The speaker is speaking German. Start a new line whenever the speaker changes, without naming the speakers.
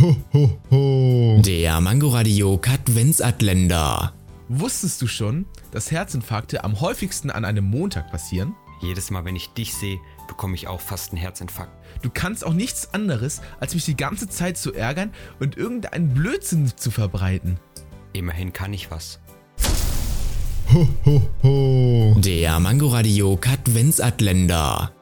Ho, ho, ho.
Der Mangoradio Katwensatländer.
Wusstest du schon, dass Herzinfarkte am häufigsten an einem Montag passieren?
Jedes Mal, wenn ich dich sehe, bekomme ich auch fast einen Herzinfarkt.
Du kannst auch nichts anderes, als mich die ganze Zeit zu ärgern und irgendeinen Blödsinn zu verbreiten.
Immerhin kann ich was.
Ho, ho, ho.
Der Mangoradio Katwensatländer.